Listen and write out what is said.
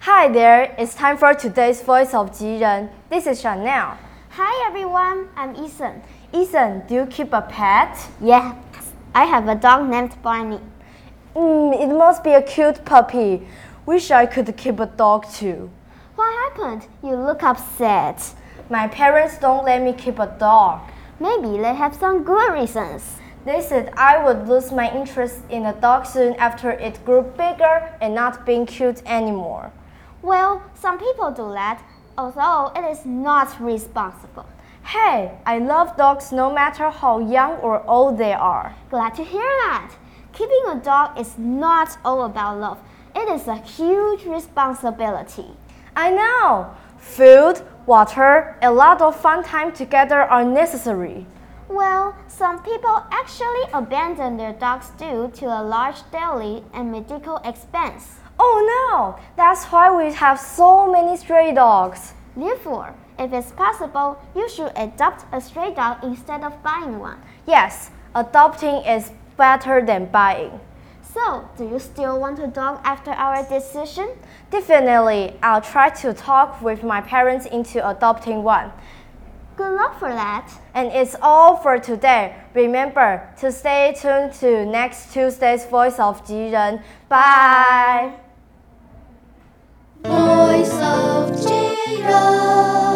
Hi there, it's time for today's Voice of Jiren. This is Chanel. Hi everyone, I'm Ethan. Ethan, do you keep a pet? Yeah, I have a dog named Barney. Mm, it must be a cute puppy. Wish I could keep a dog too. What happened? You look upset. My parents don't let me keep a dog. Maybe they have some good reasons. They said I would lose my interest in a dog soon after it grew bigger and not being cute anymore. Well, some people do that, although it is not responsible. Hey, I love dogs no matter how young or old they are. Glad to hear that. Keeping a dog is not all about love, it is a huge responsibility. I know! Food, water, a lot of fun time together are necessary. Well, some people actually abandon their dogs due to a large daily and medical expense. Oh no! That's why we have so many stray dogs. Therefore, if it's possible, you should adopt a stray dog instead of buying one. Yes, adopting is better than buying. So, do you still want a dog after our decision? Definitely, I'll try to talk with my parents into adopting one. Good luck for that. And it's all for today. Remember to stay tuned to next Tuesday's Voice of Jiren. Bye. voice of Jiro.